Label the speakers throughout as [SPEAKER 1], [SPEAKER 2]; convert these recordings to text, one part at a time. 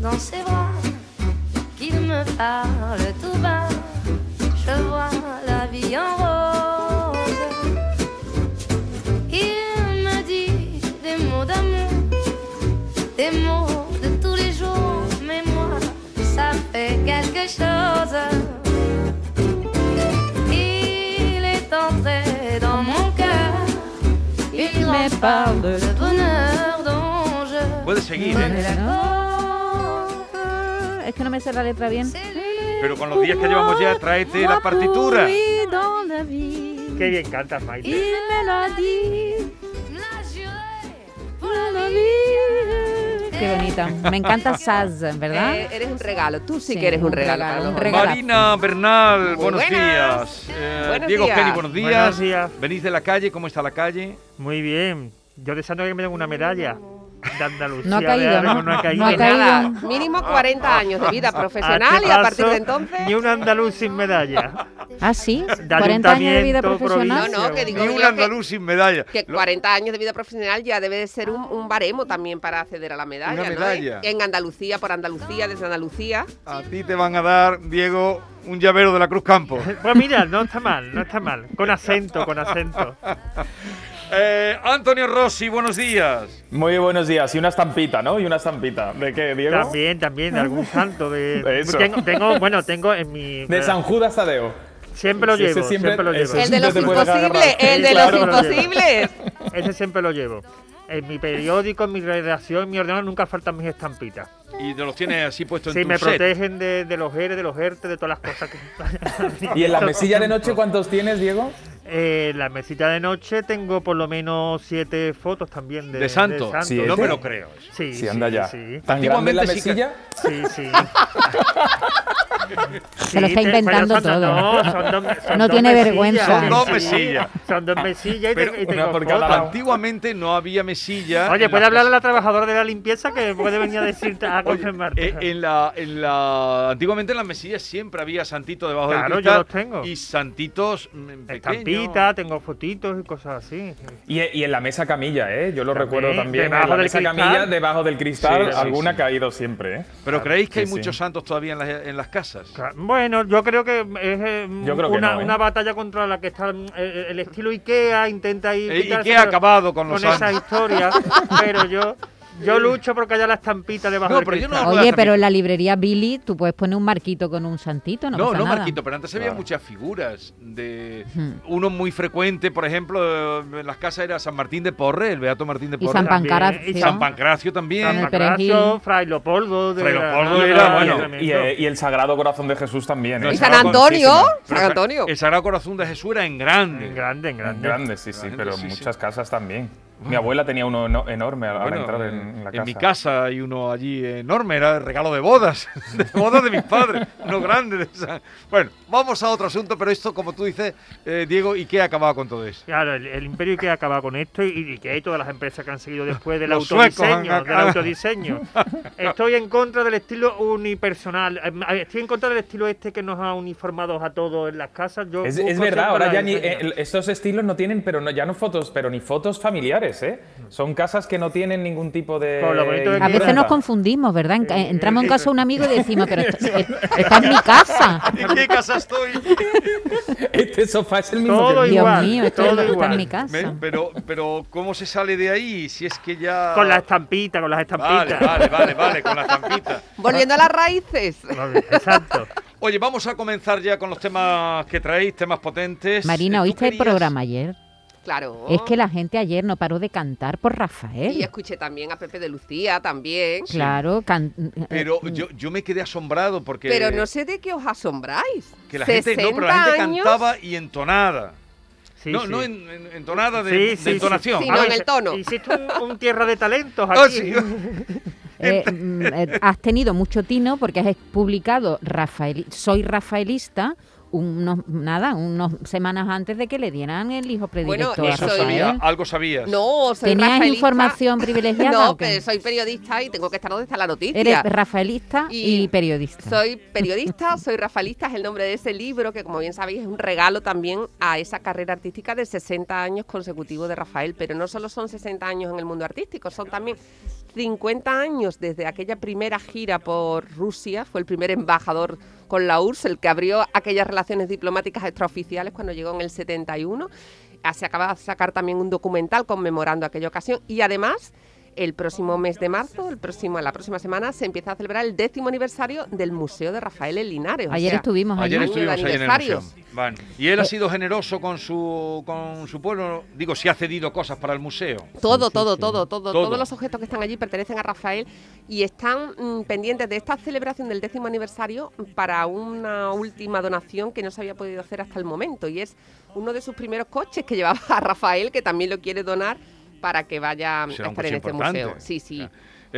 [SPEAKER 1] dans ses bras, qu'il me parle tout bas. Je vois la vie en rose. Il me dit des mots d'amour, des mots de tous les jours, mais moi, ça fait quelque chose. Il est entré dans mon cœur, une grande
[SPEAKER 2] me parle de
[SPEAKER 1] de bonheur dont je
[SPEAKER 3] Puedes seguir,
[SPEAKER 1] connais
[SPEAKER 3] ¿eh?
[SPEAKER 1] la cause.
[SPEAKER 2] Es que no me sé la letra bien.
[SPEAKER 3] Pero con los días que llevamos ya, tráete la partitura. Qué
[SPEAKER 2] Qué
[SPEAKER 3] bien cantas, Maite.
[SPEAKER 2] Y me lo di, me lo di. Qué bonita. Me encanta Saz, ¿verdad?
[SPEAKER 4] Eh, eres un regalo. Tú sí,
[SPEAKER 2] Sí,
[SPEAKER 4] que eres un
[SPEAKER 2] un
[SPEAKER 4] regalo.
[SPEAKER 2] regalo,
[SPEAKER 4] para
[SPEAKER 2] un
[SPEAKER 4] los
[SPEAKER 2] regalo.
[SPEAKER 3] Marina Bernal,
[SPEAKER 4] Muy
[SPEAKER 3] buenos
[SPEAKER 4] buenas.
[SPEAKER 3] días. Eh,
[SPEAKER 4] Buenos
[SPEAKER 3] Diego
[SPEAKER 4] días.
[SPEAKER 3] Kenny, buenos días.
[SPEAKER 5] Buenos días.
[SPEAKER 3] Venís de la calle, ¿cómo está la calle?
[SPEAKER 5] Muy bien. Yo deseando que me den una medalla de Andalucía.
[SPEAKER 2] No ha
[SPEAKER 5] de
[SPEAKER 2] caído,
[SPEAKER 5] algo,
[SPEAKER 2] ¿no?
[SPEAKER 5] No ha
[SPEAKER 2] No
[SPEAKER 5] caído.
[SPEAKER 2] ha
[SPEAKER 4] Que
[SPEAKER 2] caído.
[SPEAKER 4] Pues nada, mínimo
[SPEAKER 3] Ah,
[SPEAKER 4] 40 años de vida profesional y a partir de
[SPEAKER 5] paso,
[SPEAKER 4] entonces.
[SPEAKER 5] Ni un andaluz sin medalla.
[SPEAKER 2] Ah, sí.
[SPEAKER 5] De
[SPEAKER 2] 40 años de vida
[SPEAKER 5] eh, ayuntamiento,
[SPEAKER 2] profesional.
[SPEAKER 5] provincia.
[SPEAKER 4] No, no, que
[SPEAKER 3] Ni
[SPEAKER 4] digo- yo
[SPEAKER 3] un andaluz sin medalla.
[SPEAKER 4] Que
[SPEAKER 3] Lo-
[SPEAKER 4] 40 años de vida profesional ya debe de ser un, un baremo también para acceder a la medalla.
[SPEAKER 3] Una
[SPEAKER 4] ¿no? ¿Eh?
[SPEAKER 3] medalla.
[SPEAKER 4] En Andalucía, por Andalucía, desde Andalucía.
[SPEAKER 3] A ti te van a dar, Diego, un llavero de la Cruz Campo.
[SPEAKER 5] Pues mira, no está mal, no está mal. Con acento, con acento.
[SPEAKER 3] Eh, Antonio Rossi, buenos días.
[SPEAKER 6] Muy buenos días. Y una estampita, ¿no? Y una estampita. ¿De qué, Diego?
[SPEAKER 5] También, también, de algún santo. De...
[SPEAKER 6] Eso.
[SPEAKER 5] Tengo, tengo- bueno, tengo en mi.
[SPEAKER 6] De San Judas Tadeo.
[SPEAKER 5] Siempre lo
[SPEAKER 6] Ese
[SPEAKER 5] llevo,
[SPEAKER 6] siempre-
[SPEAKER 5] siempre lo
[SPEAKER 6] ese
[SPEAKER 5] llevo.
[SPEAKER 4] El de
[SPEAKER 6] siempre
[SPEAKER 4] los
[SPEAKER 6] te puedes
[SPEAKER 4] imposibles,
[SPEAKER 6] agarrar.
[SPEAKER 4] el de
[SPEAKER 6] Sí,
[SPEAKER 4] los
[SPEAKER 5] claro.
[SPEAKER 4] imposibles.
[SPEAKER 5] Ese siempre lo llevo. En mi periódico, en mi redacción, en mi ordenador nunca faltan mis estampitas.
[SPEAKER 3] Y te los tienes así puesto en
[SPEAKER 5] Sí,
[SPEAKER 3] tu
[SPEAKER 5] me
[SPEAKER 3] set.
[SPEAKER 5] protegen de, de los ERE, de los ERTE, de todas las cosas que...
[SPEAKER 6] ¿Y en la mesilla de noche cuántos tienes, Diego?
[SPEAKER 5] Eh, en la mesita de noche tengo por lo menos siete fotos también de,
[SPEAKER 3] De este- Santo.
[SPEAKER 6] Sí,
[SPEAKER 3] No
[SPEAKER 6] ¿Siete?
[SPEAKER 3] me lo creo.
[SPEAKER 5] Sí,
[SPEAKER 6] Sí, anda ya.
[SPEAKER 5] Sí,
[SPEAKER 6] ¿Tan grande la
[SPEAKER 3] Antiguamente sí que-
[SPEAKER 6] mesilla?
[SPEAKER 5] sí. sí.
[SPEAKER 2] Se lo está
[SPEAKER 5] te-
[SPEAKER 2] inventando
[SPEAKER 5] pero son dos-
[SPEAKER 2] todo.
[SPEAKER 5] No, son dos- son
[SPEAKER 2] No
[SPEAKER 5] dos
[SPEAKER 2] tiene
[SPEAKER 5] mesillas,
[SPEAKER 2] vergüenza.
[SPEAKER 3] Son dos
[SPEAKER 5] sí,
[SPEAKER 3] mesillas.
[SPEAKER 5] Son dos mesillas y, te-
[SPEAKER 3] Pero
[SPEAKER 5] y
[SPEAKER 6] una
[SPEAKER 5] tengo
[SPEAKER 6] por cada
[SPEAKER 5] fotos.
[SPEAKER 6] lado.
[SPEAKER 3] Antiguamente no había mesilla.
[SPEAKER 5] Oye,
[SPEAKER 3] en
[SPEAKER 5] puede
[SPEAKER 3] las
[SPEAKER 5] hablar a
[SPEAKER 3] casas.
[SPEAKER 5] la trabajadora de la limpieza que puede venir a decirte a
[SPEAKER 3] Oye,
[SPEAKER 5] confirmarte.
[SPEAKER 3] eh, en la, en la, antiguamente en las mesillas siempre había santito debajo del
[SPEAKER 5] Claro, yo
[SPEAKER 3] cristal
[SPEAKER 5] los tengo.
[SPEAKER 3] y santitos mm, pequeños.
[SPEAKER 5] Estampita, tengo fotitos y cosas así.
[SPEAKER 6] Y, y en la mesa camilla, ¿eh? Yo lo
[SPEAKER 5] También,
[SPEAKER 6] recuerdo también.
[SPEAKER 5] debajo
[SPEAKER 6] en la
[SPEAKER 5] del
[SPEAKER 6] mesa
[SPEAKER 5] cristal.
[SPEAKER 6] camilla, debajo del cristal,
[SPEAKER 3] Sí, sí,
[SPEAKER 6] alguna
[SPEAKER 3] sí.
[SPEAKER 6] ha caído siempre, ¿eh?
[SPEAKER 3] Pero creéis que hay
[SPEAKER 6] Sí, sí.
[SPEAKER 3] muchos santos todavía en las, en las casas.
[SPEAKER 5] Ca- Bueno, yo creo que es eh,
[SPEAKER 6] Yo creo que
[SPEAKER 5] una,
[SPEAKER 6] no, ¿eh?
[SPEAKER 5] una batalla contra la que está mm, eh, el estilo Ikea, intenta ahí
[SPEAKER 3] Eh,
[SPEAKER 5] quitarse,
[SPEAKER 3] Ikea ha
[SPEAKER 5] pero-
[SPEAKER 3] acabado con los
[SPEAKER 5] esa
[SPEAKER 3] santos.
[SPEAKER 5] historia, pero yo yo lucho porque haya la estampita debajo
[SPEAKER 3] No,
[SPEAKER 5] del
[SPEAKER 3] pero yo no
[SPEAKER 5] cristal.
[SPEAKER 3] hablo
[SPEAKER 2] Oye,
[SPEAKER 3] Hola,
[SPEAKER 2] pero
[SPEAKER 3] Camila.
[SPEAKER 2] en la librería Billy tú puedes poner un marquito con un santito, no
[SPEAKER 3] No,
[SPEAKER 2] pasa
[SPEAKER 3] no,
[SPEAKER 2] nada.
[SPEAKER 3] Marquito, pero antes había
[SPEAKER 6] Claro.
[SPEAKER 3] muchas figuras. de
[SPEAKER 2] Hmm.
[SPEAKER 3] Uno muy frecuente, por ejemplo, eh, en las casas era San Martín de Porre, el Beato Martín de
[SPEAKER 2] Y
[SPEAKER 3] Porre.
[SPEAKER 2] San
[SPEAKER 5] También,
[SPEAKER 2] Pancaracio.
[SPEAKER 5] y
[SPEAKER 3] San Pancracio también.
[SPEAKER 2] San
[SPEAKER 5] San
[SPEAKER 2] el
[SPEAKER 5] Pancracio,
[SPEAKER 2] perejil.
[SPEAKER 5] Fray Leopoldo de
[SPEAKER 3] Fray Leopoldo
[SPEAKER 5] Granada,
[SPEAKER 3] era,
[SPEAKER 5] y
[SPEAKER 3] bueno,
[SPEAKER 5] Tremendo.
[SPEAKER 6] Y, eh, y el Sagrado Corazón de Jesús también,
[SPEAKER 3] No,
[SPEAKER 6] ¿eh?
[SPEAKER 4] ¿Y
[SPEAKER 3] el
[SPEAKER 4] San
[SPEAKER 3] Sagrado
[SPEAKER 4] Antonio?
[SPEAKER 3] Corazón, sí,
[SPEAKER 4] ¿San
[SPEAKER 3] sí, no.
[SPEAKER 4] Antonio?
[SPEAKER 3] El Sagrado Corazón de Jesús era en grande.
[SPEAKER 5] En grande, en grande.
[SPEAKER 6] Grandes, sí, sí,
[SPEAKER 3] Grande,
[SPEAKER 6] pero
[SPEAKER 3] sí, sí.
[SPEAKER 6] en muchas casas también. Mi abuela tenía uno eno- enorme al al
[SPEAKER 3] Bueno,
[SPEAKER 6] entrar en,
[SPEAKER 3] en,
[SPEAKER 6] la
[SPEAKER 3] en mi casa hay uno allí enorme, era el regalo de bodas, de bodas de mis padres, no grande. de esa- Bueno, vamos a otro asunto, pero esto, como tú dices, eh, Diego, ¿y qué ha acabado con todo esto?
[SPEAKER 5] Claro, el, el imperio Ikea acaba con esto y, y que hay todas las empresas que han seguido después del
[SPEAKER 3] Los suecos han
[SPEAKER 5] autodiseño, del
[SPEAKER 3] acabado.
[SPEAKER 5] autodiseño. Estoy en contra del estilo unipersonal. em, Estoy en contra del estilo este que nos ha uniformado a todos en las casas. Yo
[SPEAKER 6] Es,
[SPEAKER 5] busco
[SPEAKER 6] es verdad,
[SPEAKER 5] siempre
[SPEAKER 6] ahora
[SPEAKER 5] la
[SPEAKER 6] ya ni,
[SPEAKER 5] diseño.
[SPEAKER 6] eh, estos estilos no tienen, pero no, ya no fotos, pero ni fotos familiares, ¿eh? Son casas que no tienen ningún tipo de.
[SPEAKER 5] Pues lo bonito de
[SPEAKER 2] A veces
[SPEAKER 5] Grande.
[SPEAKER 2] nos confundimos, ¿verdad? En-
[SPEAKER 5] Eh,
[SPEAKER 2] Entramos
[SPEAKER 5] eh,
[SPEAKER 2] en casa de un amigo y decimos, pero esto- está en mi casa.
[SPEAKER 3] ¿En qué casa estoy?
[SPEAKER 6] Este sofá es el mismo.
[SPEAKER 5] Todo
[SPEAKER 6] que
[SPEAKER 2] Dios
[SPEAKER 6] el mío.
[SPEAKER 5] igual,
[SPEAKER 2] mío, esto es
[SPEAKER 5] todo
[SPEAKER 2] lo que está
[SPEAKER 5] igual.
[SPEAKER 2] en mi
[SPEAKER 3] Me-
[SPEAKER 2] casa.
[SPEAKER 3] pero, pero, ¿cómo se sale de ahí? Si es que ya...
[SPEAKER 5] Con la estampita, con las
[SPEAKER 3] Vale,
[SPEAKER 5] estampitas.
[SPEAKER 3] vale, vale, vale, con la estampita.
[SPEAKER 4] Volviendo a las raíces.
[SPEAKER 5] Vale, Exacto.
[SPEAKER 3] Oye, vamos a comenzar ya con los temas que traéis, temas potentes. Eh,
[SPEAKER 2] Marina,
[SPEAKER 3] ¿tú
[SPEAKER 2] ¿oíste el
[SPEAKER 3] querías-
[SPEAKER 2] programa ayer?
[SPEAKER 4] Claro.
[SPEAKER 2] Es que la gente ayer no paró de cantar por
[SPEAKER 4] Y
[SPEAKER 2] Rafael.
[SPEAKER 4] escuché también a Pepe de Lucía, también.
[SPEAKER 2] Claro, can- eh,
[SPEAKER 3] Pero
[SPEAKER 2] Mm.
[SPEAKER 3] yo, yo me quedé asombrado porque...
[SPEAKER 4] Pero no sé de qué os asombráis.
[SPEAKER 3] Que la gente, no, pero la gente
[SPEAKER 4] 60 años.
[SPEAKER 3] cantaba y entonada.
[SPEAKER 5] Sí,
[SPEAKER 3] no,
[SPEAKER 5] sí.
[SPEAKER 3] no en, en- entonada de,
[SPEAKER 5] Sí,
[SPEAKER 3] de
[SPEAKER 5] sí, sí.
[SPEAKER 3] entonación.
[SPEAKER 4] Sí,
[SPEAKER 5] A
[SPEAKER 4] no,
[SPEAKER 5] ver,
[SPEAKER 4] en el tono.
[SPEAKER 5] Hiciste un, un tierra de talentos aquí.
[SPEAKER 3] Ah, sí.
[SPEAKER 2] eh, mm, eh, has tenido mucho tino porque has publicado Rafael, Soy Rafaelista, unos, nada, unas semanas antes de que le dieran el hijo predilecto
[SPEAKER 4] Bueno,
[SPEAKER 2] a
[SPEAKER 4] eso
[SPEAKER 2] Rafael.
[SPEAKER 3] sabía, algo sabías.
[SPEAKER 4] ¿eh? No, soy
[SPEAKER 2] ¿Tenías
[SPEAKER 4] rafaelista.
[SPEAKER 2] información privilegiada o
[SPEAKER 4] No,
[SPEAKER 2] qué?
[SPEAKER 4] pero soy periodista y tengo que estar donde está la noticia.
[SPEAKER 2] Eres rafaelista y,
[SPEAKER 4] Y
[SPEAKER 2] periodista.
[SPEAKER 4] Soy periodista, soy Rafalista, es el nombre de ese libro que, como bien sabéis, es un regalo también a esa carrera artística de 60 años consecutivos de Rafael. Pero no solo son 60 años en el mundo artístico, son también 50 años desde aquella primera gira por Rusia. Fue el primer embajador con la URSS, el que abrió aquellas relaciones diplomáticas extraoficiales cuando llegó en el 71. Ah, Se acaba de sacar también un documental conmemorando aquella ocasión y además el próximo mes de marzo, el próximo, la próxima semana, se empieza a celebrar el décimo aniversario del Museo de Rafael en Linares. o
[SPEAKER 2] Ayer
[SPEAKER 4] sea,
[SPEAKER 2] estuvimos allí.
[SPEAKER 3] Ayer
[SPEAKER 4] Año
[SPEAKER 3] estuvimos
[SPEAKER 4] de
[SPEAKER 3] ahí en el museo.
[SPEAKER 4] aniversario.
[SPEAKER 3] Bueno, y él ha sido generoso con su, con su pueblo. Digo, si ha cedido cosas para el museo.
[SPEAKER 2] Sí,
[SPEAKER 4] Todo,
[SPEAKER 2] sí,
[SPEAKER 4] todo,
[SPEAKER 2] sí.
[SPEAKER 4] todo, todo,
[SPEAKER 3] Todo.
[SPEAKER 4] Todos los objetos que están allí pertenecen a Rafael y están mm, pendientes de esta celebración del décimo aniversario para una última donación que no se había podido hacer hasta el momento. Y es uno de sus primeros coches que llevaba a Rafael, que también lo quiere donar para que
[SPEAKER 3] Será
[SPEAKER 4] vaya a
[SPEAKER 3] un
[SPEAKER 4] estar
[SPEAKER 3] coche
[SPEAKER 4] en este
[SPEAKER 3] importante.
[SPEAKER 4] museo. Sí, sí.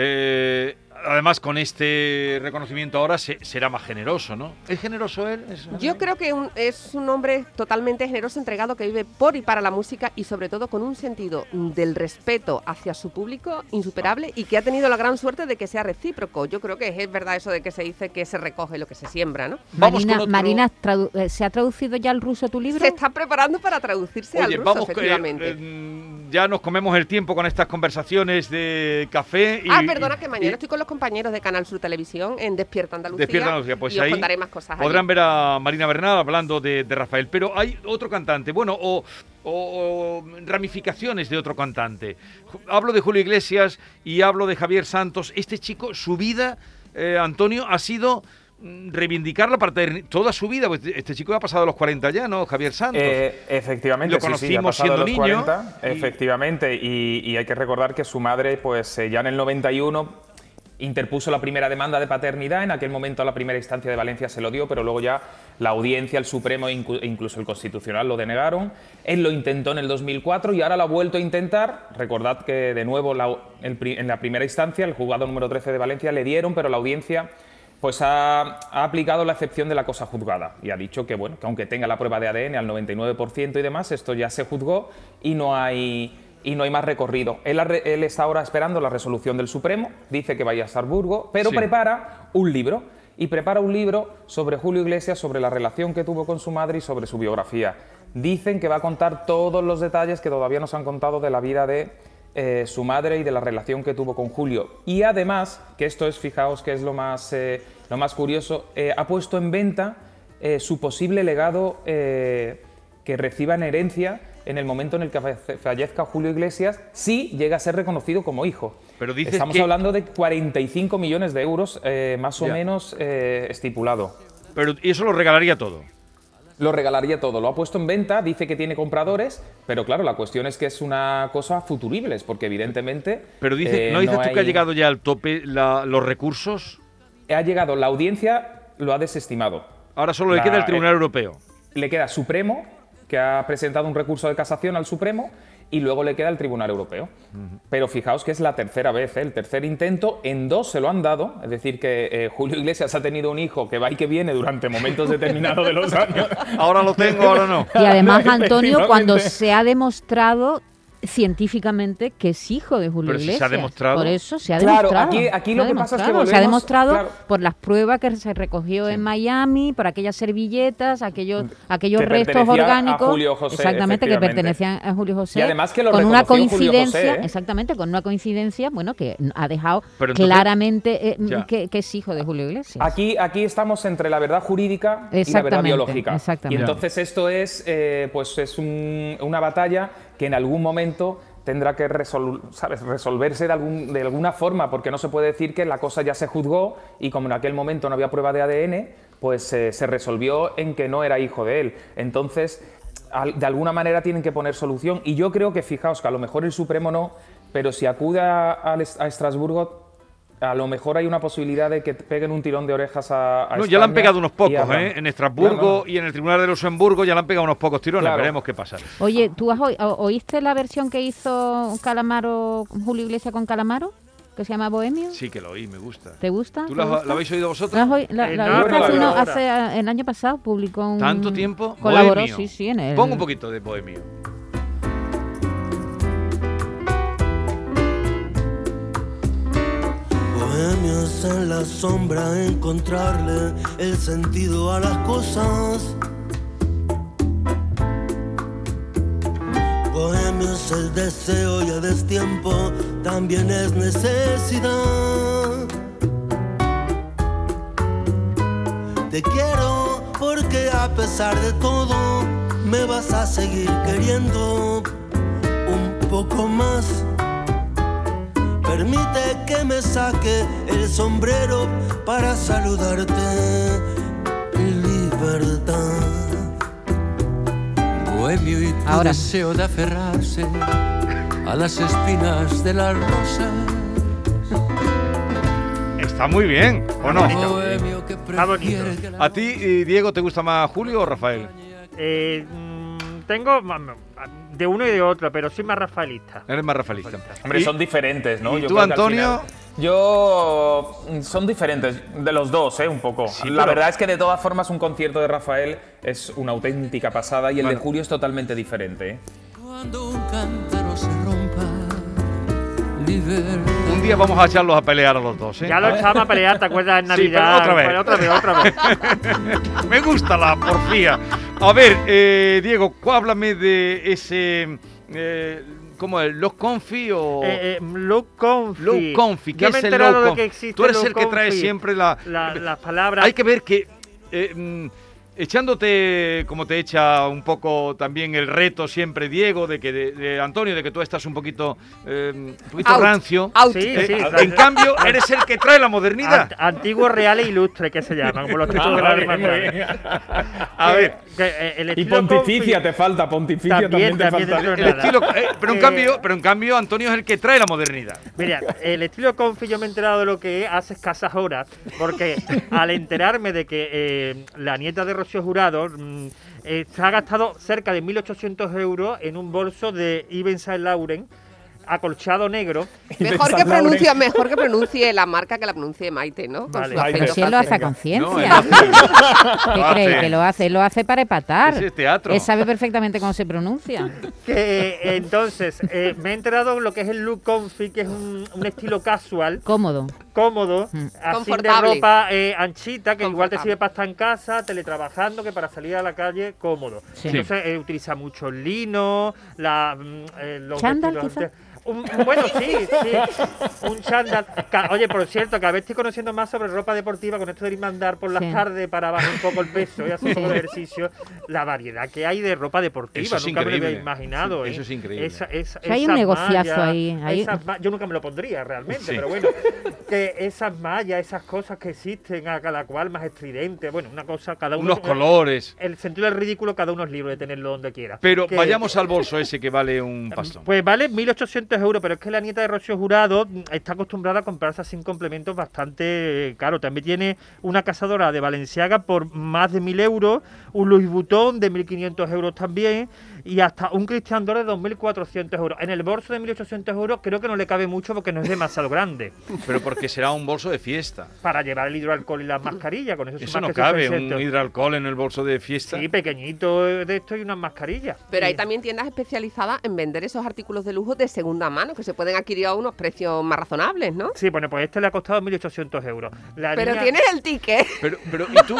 [SPEAKER 3] Eh, además, con este reconocimiento ahora se- será más generoso, ¿no? ¿Es generoso él? ¿Es-
[SPEAKER 4] Yo creo que un- es un hombre totalmente generoso, entregado, que vive por y para la música y sobre todo con un sentido del respeto hacia su público insuperable y que ha tenido la gran suerte de que sea recíproco. Yo creo que es verdad eso de que se dice que se recoge lo que se siembra, ¿no?
[SPEAKER 3] Vamos
[SPEAKER 2] Marina,
[SPEAKER 3] con otro-
[SPEAKER 2] Marina, tradu- eh, ¿se ha traducido ya al ruso tu libro?
[SPEAKER 4] Se está preparando para traducirse al
[SPEAKER 3] Oye,
[SPEAKER 4] ruso,
[SPEAKER 3] vamos,
[SPEAKER 4] efectivamente.
[SPEAKER 3] eh, eh, ya nos comemos el tiempo con estas conversaciones de café. Y,
[SPEAKER 4] ah, perdona, que mañana
[SPEAKER 3] y-
[SPEAKER 4] estoy con los compañeros de Canal Sur Televisión en Despierta Andalucía.
[SPEAKER 3] Despierta Andalucía, pues
[SPEAKER 4] y
[SPEAKER 3] ahí
[SPEAKER 4] os contaré más cosas. allí.
[SPEAKER 3] Podrán ver a Marina Bernal hablando de, de Rafael, pero hay otro cantante, bueno, o, o- o ramificaciones de otro cantante. Ju- Hablo de Julio Iglesias y hablo de Javier Santos. Este chico, su vida, eh, Antonio, ha sido mm, reivindicar la paternidad toda su vida. Pues este chico ya ha pasado los 40 ya, ¿no? Javier Santos.
[SPEAKER 6] Eh, efectivamente,
[SPEAKER 3] Lo
[SPEAKER 6] sí, sí, ha
[SPEAKER 3] conocimos
[SPEAKER 6] pasado
[SPEAKER 3] siendo
[SPEAKER 6] los
[SPEAKER 3] niño
[SPEAKER 6] 40,
[SPEAKER 3] y-
[SPEAKER 6] Efectivamente, y, y hay que recordar que su madre, pues eh, ya en el 91 interpuso la primera demanda de paternidad, en aquel momento la primera instancia de Valencia se lo dio, pero luego ya la audiencia, el Supremo e incu- e incluso el Constitucional lo denegaron. Él lo intentó en el 2004 y ahora lo ha vuelto a intentar. Recordad que de nuevo la- el pri- en la primera instancia el juzgado número 13 de Valencia le dieron, pero la audiencia pues ha, ha aplicado la excepción de la cosa juzgada y ha dicho que, bueno, que aunque tenga la prueba de ADN al 99% y demás, esto ya se juzgó y no hay, y no hay más recorrido. Él, ha re- él está ahora esperando la resolución del Supremo, dice que vaya a Salzburgo, pero
[SPEAKER 3] Sí.
[SPEAKER 6] prepara un libro y prepara un libro sobre Julio Iglesias, sobre la relación que tuvo con su madre y sobre su biografía. Dicen que va a contar todos los detalles que todavía nos han contado de la vida de eh, su madre y de la relación que tuvo con Julio. Y además, que esto es, fijaos que es lo más, eh, lo más curioso, eh, ha puesto en venta eh, su posible legado eh, que reciba en herencia en el momento en el que falle- fallezca Julio Iglesias, si llega a ser reconocido como hijo.
[SPEAKER 3] Pero dices
[SPEAKER 6] Estamos
[SPEAKER 3] que-
[SPEAKER 6] hablando de 45 millones de euros, eh, más o
[SPEAKER 3] Ya.
[SPEAKER 6] menos eh, estipulado.
[SPEAKER 3] Pero y eso lo regalaría todo.
[SPEAKER 6] Lo regalaría todo, lo ha puesto en venta, dice que tiene compradores, pero claro, la cuestión es que es una cosa futuribles, porque evidentemente...
[SPEAKER 3] Pero dice,
[SPEAKER 6] eh,
[SPEAKER 3] ¿no dices tú que ha
[SPEAKER 6] hay-
[SPEAKER 3] llegado ya al tope la- los recursos?
[SPEAKER 6] Ha llegado, la audiencia lo ha desestimado.
[SPEAKER 3] Ahora solo le
[SPEAKER 6] La-
[SPEAKER 3] queda el Tribunal Europeo.
[SPEAKER 6] le queda Supremo, que ha presentado un recurso de casación al Supremo, y luego le queda el Tribunal Europeo. Pero fijaos que es la tercera vez, ¿eh? el tercer intento, en dos se lo han dado, es decir, que eh, Julio Iglesias ha tenido un hijo que va y que viene durante momentos determinados de los años.
[SPEAKER 3] Ahora lo tengo, ahora no.
[SPEAKER 2] Y además, Antonio,
[SPEAKER 6] Efectivamente.
[SPEAKER 2] cuando se ha demostrado científicamente que es hijo de Julio
[SPEAKER 3] Pero si se ha
[SPEAKER 2] Iglesias.
[SPEAKER 3] demostrado.
[SPEAKER 2] Por eso se ha
[SPEAKER 6] Claro,
[SPEAKER 2] demostrado.
[SPEAKER 6] aquí- aquí
[SPEAKER 2] se
[SPEAKER 6] lo
[SPEAKER 2] ha
[SPEAKER 6] que pasa es que
[SPEAKER 2] demostrado. Se ha
[SPEAKER 6] volvemos-
[SPEAKER 2] demostrado
[SPEAKER 6] claro.
[SPEAKER 2] por las pruebas que se recogió en Miami, por aquellas servilletas, aquellos, aquellos
[SPEAKER 6] Que
[SPEAKER 2] restos
[SPEAKER 6] pertenecía a
[SPEAKER 2] orgánicos.
[SPEAKER 6] Julio José,
[SPEAKER 2] exactamente, que
[SPEAKER 6] efectivamente.
[SPEAKER 2] pertenecían a Julio José.
[SPEAKER 6] Y además que lo
[SPEAKER 2] con una
[SPEAKER 6] reconoció Julio
[SPEAKER 2] coincidencia,
[SPEAKER 6] José, ¿eh?
[SPEAKER 2] exactamente, con una coincidencia, bueno, que ha dejado
[SPEAKER 3] Pero entonces-
[SPEAKER 2] claramente eh,
[SPEAKER 3] Ya.
[SPEAKER 2] que, que es hijo de Julio Iglesias.
[SPEAKER 6] Aquí, aquí estamos entre la verdad jurídica y la verdad
[SPEAKER 2] Exactamente,
[SPEAKER 6] biológica.
[SPEAKER 2] exactamente.
[SPEAKER 6] Y entonces esto es, eh, pues es un- una batalla que en algún momento tendrá que resol- ¿sabes? resolverse de, algún- de alguna forma, porque no se puede decir que la cosa ya se juzgó y como en aquel momento no había prueba de ADN, pues eh, se resolvió en que no era hijo de él. Entonces, al- de alguna manera tienen que poner solución y yo creo que, fijaos, que a lo mejor el Supremo no, pero si acude a, al Es- a Estrasburgo... A lo mejor hay una posibilidad de que te peguen un tirón de orejas a, a
[SPEAKER 3] No, ya le han
[SPEAKER 6] España
[SPEAKER 3] pegado unos
[SPEAKER 6] y
[SPEAKER 3] pocos,
[SPEAKER 6] habrá-
[SPEAKER 3] ¿eh? En Estrasburgo
[SPEAKER 6] Claro.
[SPEAKER 3] y en el Tribunal de Luxemburgo ya le han pegado unos pocos tirones.
[SPEAKER 6] Claro.
[SPEAKER 3] Veremos qué pasa.
[SPEAKER 2] Oye, ¿tú has oi- o- oíste la versión que hizo Calamaro, Julio Iglesias con Calamaro? que se llama Bohemio?
[SPEAKER 3] Sí que lo oí, me gusta.
[SPEAKER 2] ¿Te gusta?
[SPEAKER 3] ¿Tú
[SPEAKER 2] ¿Te
[SPEAKER 3] la, la
[SPEAKER 2] gusta?
[SPEAKER 3] habéis oído vosotros?
[SPEAKER 2] ¿La has oí- la-
[SPEAKER 5] Eh,
[SPEAKER 2] la
[SPEAKER 5] no,
[SPEAKER 2] oíste
[SPEAKER 6] no la
[SPEAKER 2] hace uno-
[SPEAKER 5] había.
[SPEAKER 2] hace- el año pasado publicó un...
[SPEAKER 3] ¿Tanto tiempo?
[SPEAKER 2] Colaboró,
[SPEAKER 3] Bohemio.
[SPEAKER 2] sí, sí, en el...
[SPEAKER 3] Pon un poquito de bohemio.
[SPEAKER 7] Bohemios en la sombra, encontrarle el sentido a las cosas. Bohemios el deseo y a destiempo también es necesidad. Te quiero porque a pesar de todo me vas a seguir queriendo un poco más. Permite que me saque el sombrero para saludarte, libertad.
[SPEAKER 8] Bohemio y tu
[SPEAKER 2] Ahora.
[SPEAKER 8] deseo de aferrarse a las espinas de la rosa.
[SPEAKER 3] Está muy bien, ¿o no?
[SPEAKER 8] Bohemio que
[SPEAKER 5] Está bonito.
[SPEAKER 8] prefiere que la
[SPEAKER 3] ¿A ti, eh, Diego, te gusta más Julio o Rafael?
[SPEAKER 5] Eh, mm, tengo mm, de uno y de otro, pero soy más rafaelista.
[SPEAKER 3] Eres más rafaelista.
[SPEAKER 6] Hombre,
[SPEAKER 3] Y-
[SPEAKER 6] son diferentes, ¿no?
[SPEAKER 3] y
[SPEAKER 6] Yo
[SPEAKER 3] tú,
[SPEAKER 6] creo que al
[SPEAKER 3] Antonio?
[SPEAKER 6] final- yo mm, son diferentes de los dos, ¿eh? Un poco.
[SPEAKER 3] Sí,
[SPEAKER 6] la
[SPEAKER 3] pero-
[SPEAKER 6] verdad es que de todas formas un concierto de Rafael es una auténtica pasada y el
[SPEAKER 3] Vale.
[SPEAKER 6] de Julio es totalmente diferente. ¿eh?
[SPEAKER 8] Cuando un cántaro se rompa, libertad.
[SPEAKER 3] Un día vamos a echarlos a pelear a los dos, ¿eh?
[SPEAKER 5] Ya lo echamos a pelear, ¿te acuerdas? En
[SPEAKER 3] Sí, pero
[SPEAKER 5] Navidad.
[SPEAKER 3] otra vez.
[SPEAKER 5] Fue otra vez, otra vez.
[SPEAKER 3] Ah, Me gusta la porfía. A ver, eh, Diego, cu- háblame de ese... eh, ¿Cómo es? ¿Los Confi o...?
[SPEAKER 5] Eh, eh, low Confi.
[SPEAKER 3] Low Confi, ¿qué
[SPEAKER 5] Yo me
[SPEAKER 3] es
[SPEAKER 5] he
[SPEAKER 3] el
[SPEAKER 5] enterado
[SPEAKER 3] low
[SPEAKER 5] de
[SPEAKER 3] confi?
[SPEAKER 5] que existe
[SPEAKER 3] Tú eres
[SPEAKER 5] low
[SPEAKER 3] el que trae
[SPEAKER 5] confi.
[SPEAKER 3] siempre la-
[SPEAKER 5] La- las palabras.
[SPEAKER 3] Hay que ver que eh, mm, echándote como te echa un poco también el reto siempre Diego de que de, de Antonio de que tú estás un poquito eh, un poquito
[SPEAKER 4] Out.
[SPEAKER 3] rancio.
[SPEAKER 4] Out.
[SPEAKER 5] Sí,
[SPEAKER 3] Eh,
[SPEAKER 5] sí.
[SPEAKER 3] en cambio eres el que trae la modernidad.
[SPEAKER 5] Ant- antiguos reales ilustres que se llaman, como
[SPEAKER 6] Ah,
[SPEAKER 5] los títulos de la Arma Real.
[SPEAKER 3] ¿eh? A ver,
[SPEAKER 5] Que, eh, el
[SPEAKER 6] Y
[SPEAKER 5] estilo
[SPEAKER 6] pontificia
[SPEAKER 5] confi-
[SPEAKER 6] te falta, pontificia también, te
[SPEAKER 5] también
[SPEAKER 6] falta.
[SPEAKER 5] dentro de
[SPEAKER 3] el
[SPEAKER 5] nada.
[SPEAKER 3] estilo, eh, pero en
[SPEAKER 5] Eh,
[SPEAKER 3] cambio, pero en cambio Antonio es el que trae la modernidad.
[SPEAKER 5] Mira, el estilo confi yo me he enterado de lo que es hace escasas horas, porque al enterarme de que eh, la nieta de Rocío Jurado mm, eh, se ha gastado cerca de 1.800 euros en un bolso de Ibn Saint Lauren, acolchado negro,
[SPEAKER 6] Y de
[SPEAKER 4] Mejor
[SPEAKER 6] San
[SPEAKER 4] que,
[SPEAKER 6] Laurent.
[SPEAKER 4] pronuncie, mejor que pronuncie la marca que la pronuncie Maite, ¿no? Con
[SPEAKER 5] Vale.
[SPEAKER 4] su
[SPEAKER 6] Maite.
[SPEAKER 2] Pero
[SPEAKER 4] acento
[SPEAKER 2] si él lo hace a
[SPEAKER 4] francés.
[SPEAKER 3] No,
[SPEAKER 2] conciencia.
[SPEAKER 3] es hace-
[SPEAKER 2] ¿Qué
[SPEAKER 3] hace.
[SPEAKER 2] crees que lo hace? Él lo hace para epatar.
[SPEAKER 3] Ese es teatro.
[SPEAKER 2] Él sabe perfectamente cómo se pronuncia.
[SPEAKER 5] que eh, entonces eh, me he enterado de lo que es el look confi, que es un- un estilo casual,
[SPEAKER 2] Cómodo.
[SPEAKER 5] cómodo,
[SPEAKER 2] Mm.
[SPEAKER 5] así de
[SPEAKER 4] Confortable.
[SPEAKER 5] ropa eh, anchita, que igual te
[SPEAKER 4] Confortable.
[SPEAKER 5] sirve para estar en casa, teletrabajando, que para salir a la calle cómodo.
[SPEAKER 2] Sí.
[SPEAKER 5] Entonces eh, utiliza mucho el lino, la, mm, eh, los
[SPEAKER 2] ¿Chándal,
[SPEAKER 5] vestidos
[SPEAKER 2] quizá?
[SPEAKER 5] de- un- un- bueno, sí, sí, un chándal. Ca- Oye, por cierto, cada vez estoy conociendo más sobre ropa deportiva con esto de ir a andar por las
[SPEAKER 2] Sí.
[SPEAKER 5] tardes para bajar un poco el peso y hacer un poco de ejercicio. La variedad que hay de ropa deportiva,
[SPEAKER 3] Eso es
[SPEAKER 5] nunca me lo
[SPEAKER 3] increíble.
[SPEAKER 5] había imaginado.
[SPEAKER 3] Sí,
[SPEAKER 5] ¿eh?
[SPEAKER 3] eso es increíble.
[SPEAKER 5] Esa- esa-
[SPEAKER 2] sea, hay un
[SPEAKER 5] esas
[SPEAKER 2] negociazo
[SPEAKER 5] mallas,
[SPEAKER 2] ahí, hay-
[SPEAKER 5] esas ma- yo nunca me lo pondría realmente,
[SPEAKER 3] Sí.
[SPEAKER 5] pero bueno, que esas mallas, esas cosas que existen, a cada cual más estridente, bueno, una cosa, cada uno.
[SPEAKER 3] Unos colores.
[SPEAKER 5] El sentido del ridículo, cada uno es libre de tenerlo donde quiera.
[SPEAKER 3] Pero
[SPEAKER 5] Que-
[SPEAKER 3] vayamos al bolso ese que vale un pastón.
[SPEAKER 5] Pues vale 1.800 euros, pero es que la nieta de Rocío Jurado mm, está acostumbrada a comprarse así complementos bastante eh, caros. También tiene una cazadora de Valenciaga por más de 1.000 euros, un Louis Vuitton de 1.500 euros también y hasta un Christian Dior de 2.400 euros. En el bolso de 1.800 euros creo que no le cabe mucho porque no es demasiado grande
[SPEAKER 3] Pero porque será un bolso de fiesta.
[SPEAKER 5] para llevar el hidroalcohol y las mascarillas. Con eso,
[SPEAKER 3] Mm.
[SPEAKER 5] son
[SPEAKER 3] Eso no
[SPEAKER 5] más que
[SPEAKER 3] cabe, un
[SPEAKER 5] suficientes.
[SPEAKER 3] hidroalcohol en el bolso de fiesta.
[SPEAKER 5] Sí, pequeñito eh, de esto y unas mascarillas.
[SPEAKER 4] Pero hay
[SPEAKER 5] Y-
[SPEAKER 4] también tiendas especializadas en vender esos artículos de lujo de segunda mano que se pueden adquirir a unos precios más razonables, ¿no?
[SPEAKER 5] Sí, bueno, pues este le ha costado 1.800 euros. La
[SPEAKER 4] Pero
[SPEAKER 5] niña-
[SPEAKER 4] tienes el ticket.
[SPEAKER 3] Pero, pero ¿y tú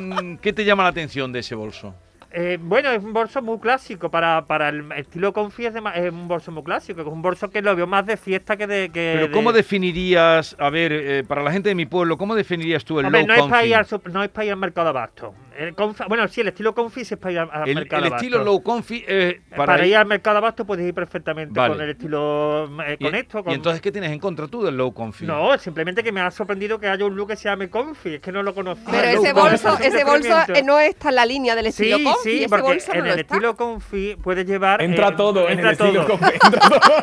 [SPEAKER 3] mm, qué te llama la atención de ese bolso?
[SPEAKER 5] Eh, bueno, es un bolso muy clásico para, para el estilo confi es, dema- es un bolso muy clásico, es un bolso que lo veo más de fiesta que de... Que
[SPEAKER 3] Pero
[SPEAKER 5] Eh, de-
[SPEAKER 3] ¿cómo definirías, a ver, eh, para la gente de mi pueblo, ¿cómo definirías tú el
[SPEAKER 5] Hombre,
[SPEAKER 3] low
[SPEAKER 5] no, es para
[SPEAKER 3] confi?
[SPEAKER 5] ir al, sup- no es para ir al mercado de abasto. El confi- bueno, sí, el estilo confi sí es para ir al, al
[SPEAKER 3] El,
[SPEAKER 5] mercado
[SPEAKER 3] el
[SPEAKER 5] de
[SPEAKER 3] estilo
[SPEAKER 5] abasto.
[SPEAKER 3] low confi eh,
[SPEAKER 5] Eh, Para, ir al mercado de abasto puedes ir perfectamente
[SPEAKER 3] Vale.
[SPEAKER 5] con el estilo... eh,
[SPEAKER 3] y-
[SPEAKER 5] con esto, con...
[SPEAKER 3] ¿Y entonces qué tienes en contra tú del low confi?
[SPEAKER 5] No, simplemente que me ha sorprendido que haya un look que se llame confi, es que no lo conocía.
[SPEAKER 4] Pero
[SPEAKER 3] Ah,
[SPEAKER 5] El
[SPEAKER 4] ese
[SPEAKER 5] look confi
[SPEAKER 4] bolso,
[SPEAKER 5] es un
[SPEAKER 4] ese bolso
[SPEAKER 5] descubrimiento.
[SPEAKER 4] eh, no está en la línea del
[SPEAKER 5] Sí,
[SPEAKER 4] estilo confi. y
[SPEAKER 5] sí,
[SPEAKER 4] ese
[SPEAKER 5] porque
[SPEAKER 4] bolso no
[SPEAKER 5] en
[SPEAKER 4] lo
[SPEAKER 5] el
[SPEAKER 4] está.
[SPEAKER 5] estilo confi puedes llevar. eh,
[SPEAKER 6] Entra todo en
[SPEAKER 5] entra
[SPEAKER 6] el estilo
[SPEAKER 5] todo.
[SPEAKER 6] con- entra todo.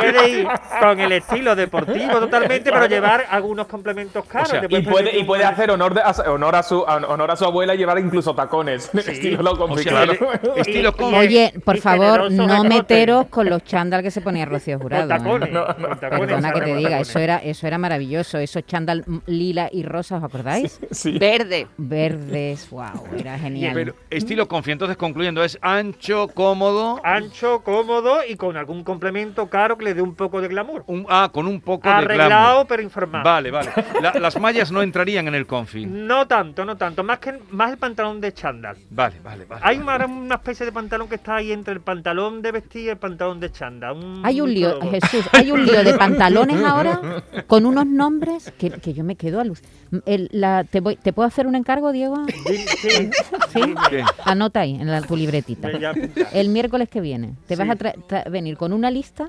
[SPEAKER 5] Puedes ir con el estilo deportivo totalmente, pero
[SPEAKER 6] Claro.
[SPEAKER 5] llevar algunos complementos caros.
[SPEAKER 3] sea,
[SPEAKER 5] te
[SPEAKER 6] Y
[SPEAKER 5] puedes
[SPEAKER 6] puede,
[SPEAKER 5] permitir
[SPEAKER 6] y puede
[SPEAKER 5] un-
[SPEAKER 6] hacer honor, de- a, honor, a su, a- honor a su abuela y llevar incluso tacones. Estilo lo
[SPEAKER 3] O sea,
[SPEAKER 6] complicado.
[SPEAKER 3] el- estilo
[SPEAKER 5] Y-
[SPEAKER 3] como-
[SPEAKER 2] Oye, por
[SPEAKER 5] y
[SPEAKER 2] favor,
[SPEAKER 5] generoso
[SPEAKER 2] no
[SPEAKER 5] deporte.
[SPEAKER 2] meteros con los chándal que se ponía Rocío
[SPEAKER 5] Con
[SPEAKER 2] Jurado.
[SPEAKER 5] tacones.
[SPEAKER 2] ¿eh?
[SPEAKER 5] con tacones,
[SPEAKER 2] Perdona que
[SPEAKER 5] exacto,
[SPEAKER 2] te
[SPEAKER 5] con
[SPEAKER 2] diga,
[SPEAKER 5] tacones.
[SPEAKER 2] eso era, eso era maravilloso. Esos chándal mm, lila y rosa, ¿os acordáis?
[SPEAKER 6] Sí.
[SPEAKER 4] Verde.
[SPEAKER 2] Verdes, wow, era genial.
[SPEAKER 3] Pero estilo confi. Entonces, concluyendo, es ancho, cómodo,
[SPEAKER 5] Ah. Ancho, cómodo y con algún complemento caro que le dé un poco de glamour.
[SPEAKER 3] un, ah, con un poco de
[SPEAKER 5] Arreglado,
[SPEAKER 3] glamour.
[SPEAKER 5] pero informal.
[SPEAKER 3] Vale, vale. La- las mallas no entrarían en el confi.
[SPEAKER 5] No tanto, no tanto. Más que más el pantalón de chándal.
[SPEAKER 3] Vale, vale, vale.
[SPEAKER 5] Hay una, una especie de pantalón que está ahí entre el pantalón de vestir y el pantalón de chándal.
[SPEAKER 2] Hay un lío,
[SPEAKER 5] microdobo.
[SPEAKER 2] Jesús, hay un lío de pantalones ahora con unos nombres que, que yo me quedo a luz. El- la- te, voy- ¿Te puedo hacer un encargo, Diego?
[SPEAKER 5] Sí, sí,
[SPEAKER 2] ¿Sí?
[SPEAKER 3] ¿Qué?
[SPEAKER 2] Anota ahí, en la, tu libretita.
[SPEAKER 5] me ya apunta.
[SPEAKER 2] El miércoles que viene te vas
[SPEAKER 5] Sí.
[SPEAKER 2] a tra- tra- venir con una lista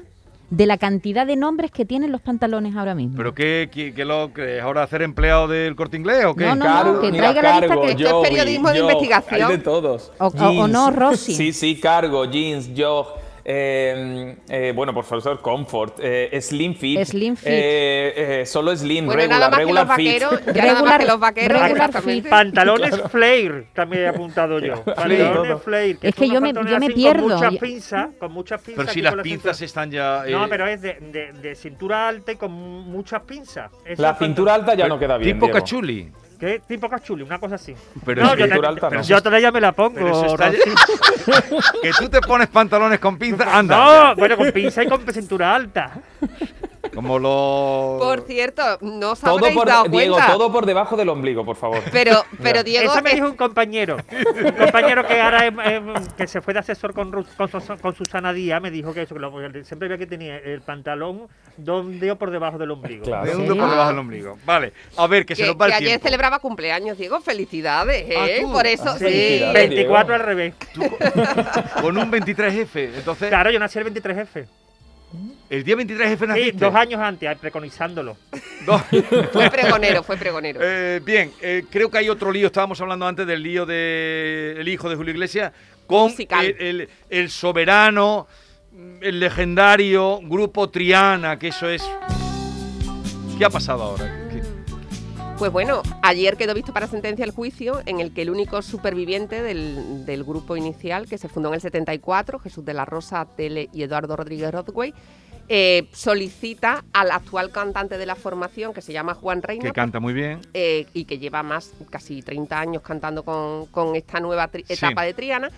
[SPEAKER 2] de la cantidad de nombres que tienen los pantalones ahora mismo.
[SPEAKER 3] ¿Pero qué, qué, qué lo crees? ¿Ahora hacer empleado del corte inglés o qué?
[SPEAKER 2] No, no,
[SPEAKER 6] Cargo,
[SPEAKER 2] que
[SPEAKER 6] mira,
[SPEAKER 2] traiga la lista
[SPEAKER 6] cargo,
[SPEAKER 2] que-
[SPEAKER 4] Esto es
[SPEAKER 6] Joey,
[SPEAKER 4] periodismo de
[SPEAKER 6] yo,
[SPEAKER 4] investigación.
[SPEAKER 6] Hay de todos.
[SPEAKER 2] O- o- o
[SPEAKER 6] Jeans.
[SPEAKER 2] no, Rossi.
[SPEAKER 6] Sí, sí, cargo, jeans, jog. eh, eh, bueno, por favor, comfort, eh, slim fit,
[SPEAKER 2] Slim fit.
[SPEAKER 6] eh, eh, solo slim,
[SPEAKER 4] Bueno,
[SPEAKER 6] regular,
[SPEAKER 4] nada más que los
[SPEAKER 6] regular fit.
[SPEAKER 4] vaqueros. Ya nada más
[SPEAKER 2] Regular-
[SPEAKER 4] que los vaqueros.
[SPEAKER 2] regular
[SPEAKER 4] exactamente.
[SPEAKER 2] fit.
[SPEAKER 5] Pantalones flare, también he apuntado yo. Pantalones flare.
[SPEAKER 2] Es que
[SPEAKER 5] son
[SPEAKER 2] yo
[SPEAKER 5] unos
[SPEAKER 2] me- yo
[SPEAKER 5] pantalones
[SPEAKER 2] me
[SPEAKER 5] así
[SPEAKER 2] pierdo.
[SPEAKER 5] Con muchas
[SPEAKER 2] Yo-
[SPEAKER 5] pinzas, con muchas pinzas.
[SPEAKER 3] Pero si
[SPEAKER 5] aquí
[SPEAKER 3] las
[SPEAKER 5] con la
[SPEAKER 3] pinzas
[SPEAKER 5] cintura.
[SPEAKER 3] están ya... eh,
[SPEAKER 5] No, pero es de, de- de cintura alta y con muchas pinzas. Ese es el
[SPEAKER 6] La
[SPEAKER 5] pantalón.
[SPEAKER 6] cintura alta ya no queda bien.
[SPEAKER 3] Tipo
[SPEAKER 6] Diego.
[SPEAKER 3] cachuli.
[SPEAKER 5] ¿Qué? Tipo cachuli, una cosa así.
[SPEAKER 3] Pero
[SPEAKER 5] no,
[SPEAKER 3] es
[SPEAKER 5] yo,
[SPEAKER 6] cintura
[SPEAKER 5] te-
[SPEAKER 6] alta
[SPEAKER 5] pero
[SPEAKER 6] no.
[SPEAKER 5] yo todavía me la pongo.
[SPEAKER 3] Pero eso está-
[SPEAKER 5] Rosy.
[SPEAKER 3] que tú te pones pantalones con pinzas, anda.
[SPEAKER 5] No, bueno, con pinza y con cintura alta.
[SPEAKER 3] Como los...
[SPEAKER 4] Por cierto, no os
[SPEAKER 6] Todo
[SPEAKER 4] habréis dado
[SPEAKER 6] por, Diego,
[SPEAKER 4] cuenta.
[SPEAKER 6] todo por debajo del ombligo, por favor.
[SPEAKER 4] Pero, pero Diego,
[SPEAKER 5] Eso me
[SPEAKER 4] es-
[SPEAKER 5] dijo un compañero. Un compañero que ahora em, em, que se fue de asesor con, Ru- con, Sus- con Susana Díaz me dijo que eso, que lo- que siempre veía que tenía el pantalón dos dedos por debajo del ombligo.
[SPEAKER 6] Claro.
[SPEAKER 3] De hondo por debajo del ombligo. Vale, a ver, que,
[SPEAKER 4] que,
[SPEAKER 3] se nos va
[SPEAKER 4] que
[SPEAKER 3] el
[SPEAKER 4] ayer
[SPEAKER 3] tiempo.
[SPEAKER 4] celebraba cumpleaños, Diego. Felicidades,
[SPEAKER 3] Ah,
[SPEAKER 4] ¿eh?
[SPEAKER 3] tú.
[SPEAKER 4] por eso,
[SPEAKER 6] Ah,
[SPEAKER 4] sí.
[SPEAKER 6] felicidades. Ve-
[SPEAKER 5] 24
[SPEAKER 6] Diego.
[SPEAKER 5] al revés.
[SPEAKER 3] Con un 23F. Entonces,
[SPEAKER 5] Claro, yo nací el 23F.
[SPEAKER 3] el día 23F
[SPEAKER 5] Sí,
[SPEAKER 3] naciste.
[SPEAKER 5] dos años antes, ay, preconizándolo.
[SPEAKER 3] Dos.
[SPEAKER 4] Fue pregonero, fue pregonero.
[SPEAKER 3] Eh, bien, eh, creo que hay otro lío. Estábamos hablando antes del lío del hijo de Julio Iglesias con
[SPEAKER 4] Musical.
[SPEAKER 3] el, el- el soberano, el legendario grupo Triana, que eso es. ¿Qué ha pasado ahora? ¿Qué-
[SPEAKER 4] Pues bueno, ayer quedó visto para sentencia el juicio en el que el único superviviente del, del grupo inicial, que se fundó en el 74, Jesús de la Rosa Tele y Eduardo Rodríguez Rothway, eh, solicita al actual cantante de la formación, que se llama Juan
[SPEAKER 3] Que,
[SPEAKER 4] Reina,
[SPEAKER 3] canta muy bien.
[SPEAKER 4] eh, y que lleva más, casi 30 años cantando con, con esta nueva tri-
[SPEAKER 3] Sí.
[SPEAKER 4] etapa de Triana,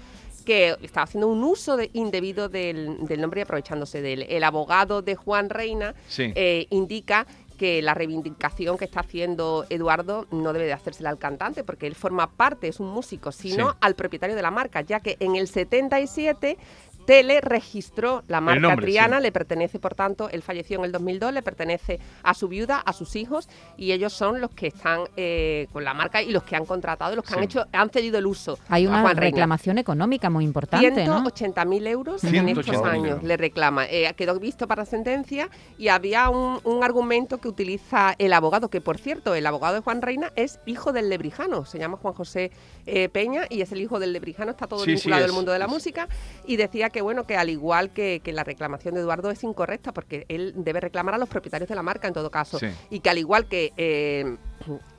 [SPEAKER 4] que está haciendo un uso de- indebido del, del nombre y aprovechándose de él. El abogado de Juan Reina
[SPEAKER 3] Sí.
[SPEAKER 4] eh, indica que la reivindicación que está haciendo Eduardo no debe de hacérsela al cantante, porque él forma parte, es un músico, sino
[SPEAKER 3] Sí.
[SPEAKER 4] al propietario de la marca, ya que en el 77 Tele registró la marca
[SPEAKER 3] nombre,
[SPEAKER 4] Triana,
[SPEAKER 3] sí.
[SPEAKER 4] le pertenece, por tanto, él falleció en el 2002, le pertenece a su viuda, a sus hijos, y ellos son los que están eh, con la marca y los que han contratado, los que han
[SPEAKER 3] Sí.
[SPEAKER 4] hecho, han cedido el uso.
[SPEAKER 2] Hay
[SPEAKER 4] a
[SPEAKER 2] una
[SPEAKER 4] Juan Reina.
[SPEAKER 2] reclamación económica muy importante, ¿no?
[SPEAKER 4] 180.000 euros en estos
[SPEAKER 3] 180.000
[SPEAKER 4] años,
[SPEAKER 3] euros.
[SPEAKER 4] le reclama. Eh, quedó visto para sentencia y había un, un argumento que utiliza el abogado, que por cierto, el abogado de Juan Reina es hijo del lebrijano, se llama Juan José eh, Peña y es el hijo del lebrijano, está todo
[SPEAKER 3] Sí, sí,
[SPEAKER 4] vinculado al
[SPEAKER 3] es,
[SPEAKER 4] mundo de la
[SPEAKER 3] es.
[SPEAKER 4] música. Y decía que, bueno, que al igual que, que la reclamación de Eduardo es incorrecta, porque él debe reclamar a los propietarios de la marca en todo caso.
[SPEAKER 3] Sí.
[SPEAKER 4] Y que al igual que. eh,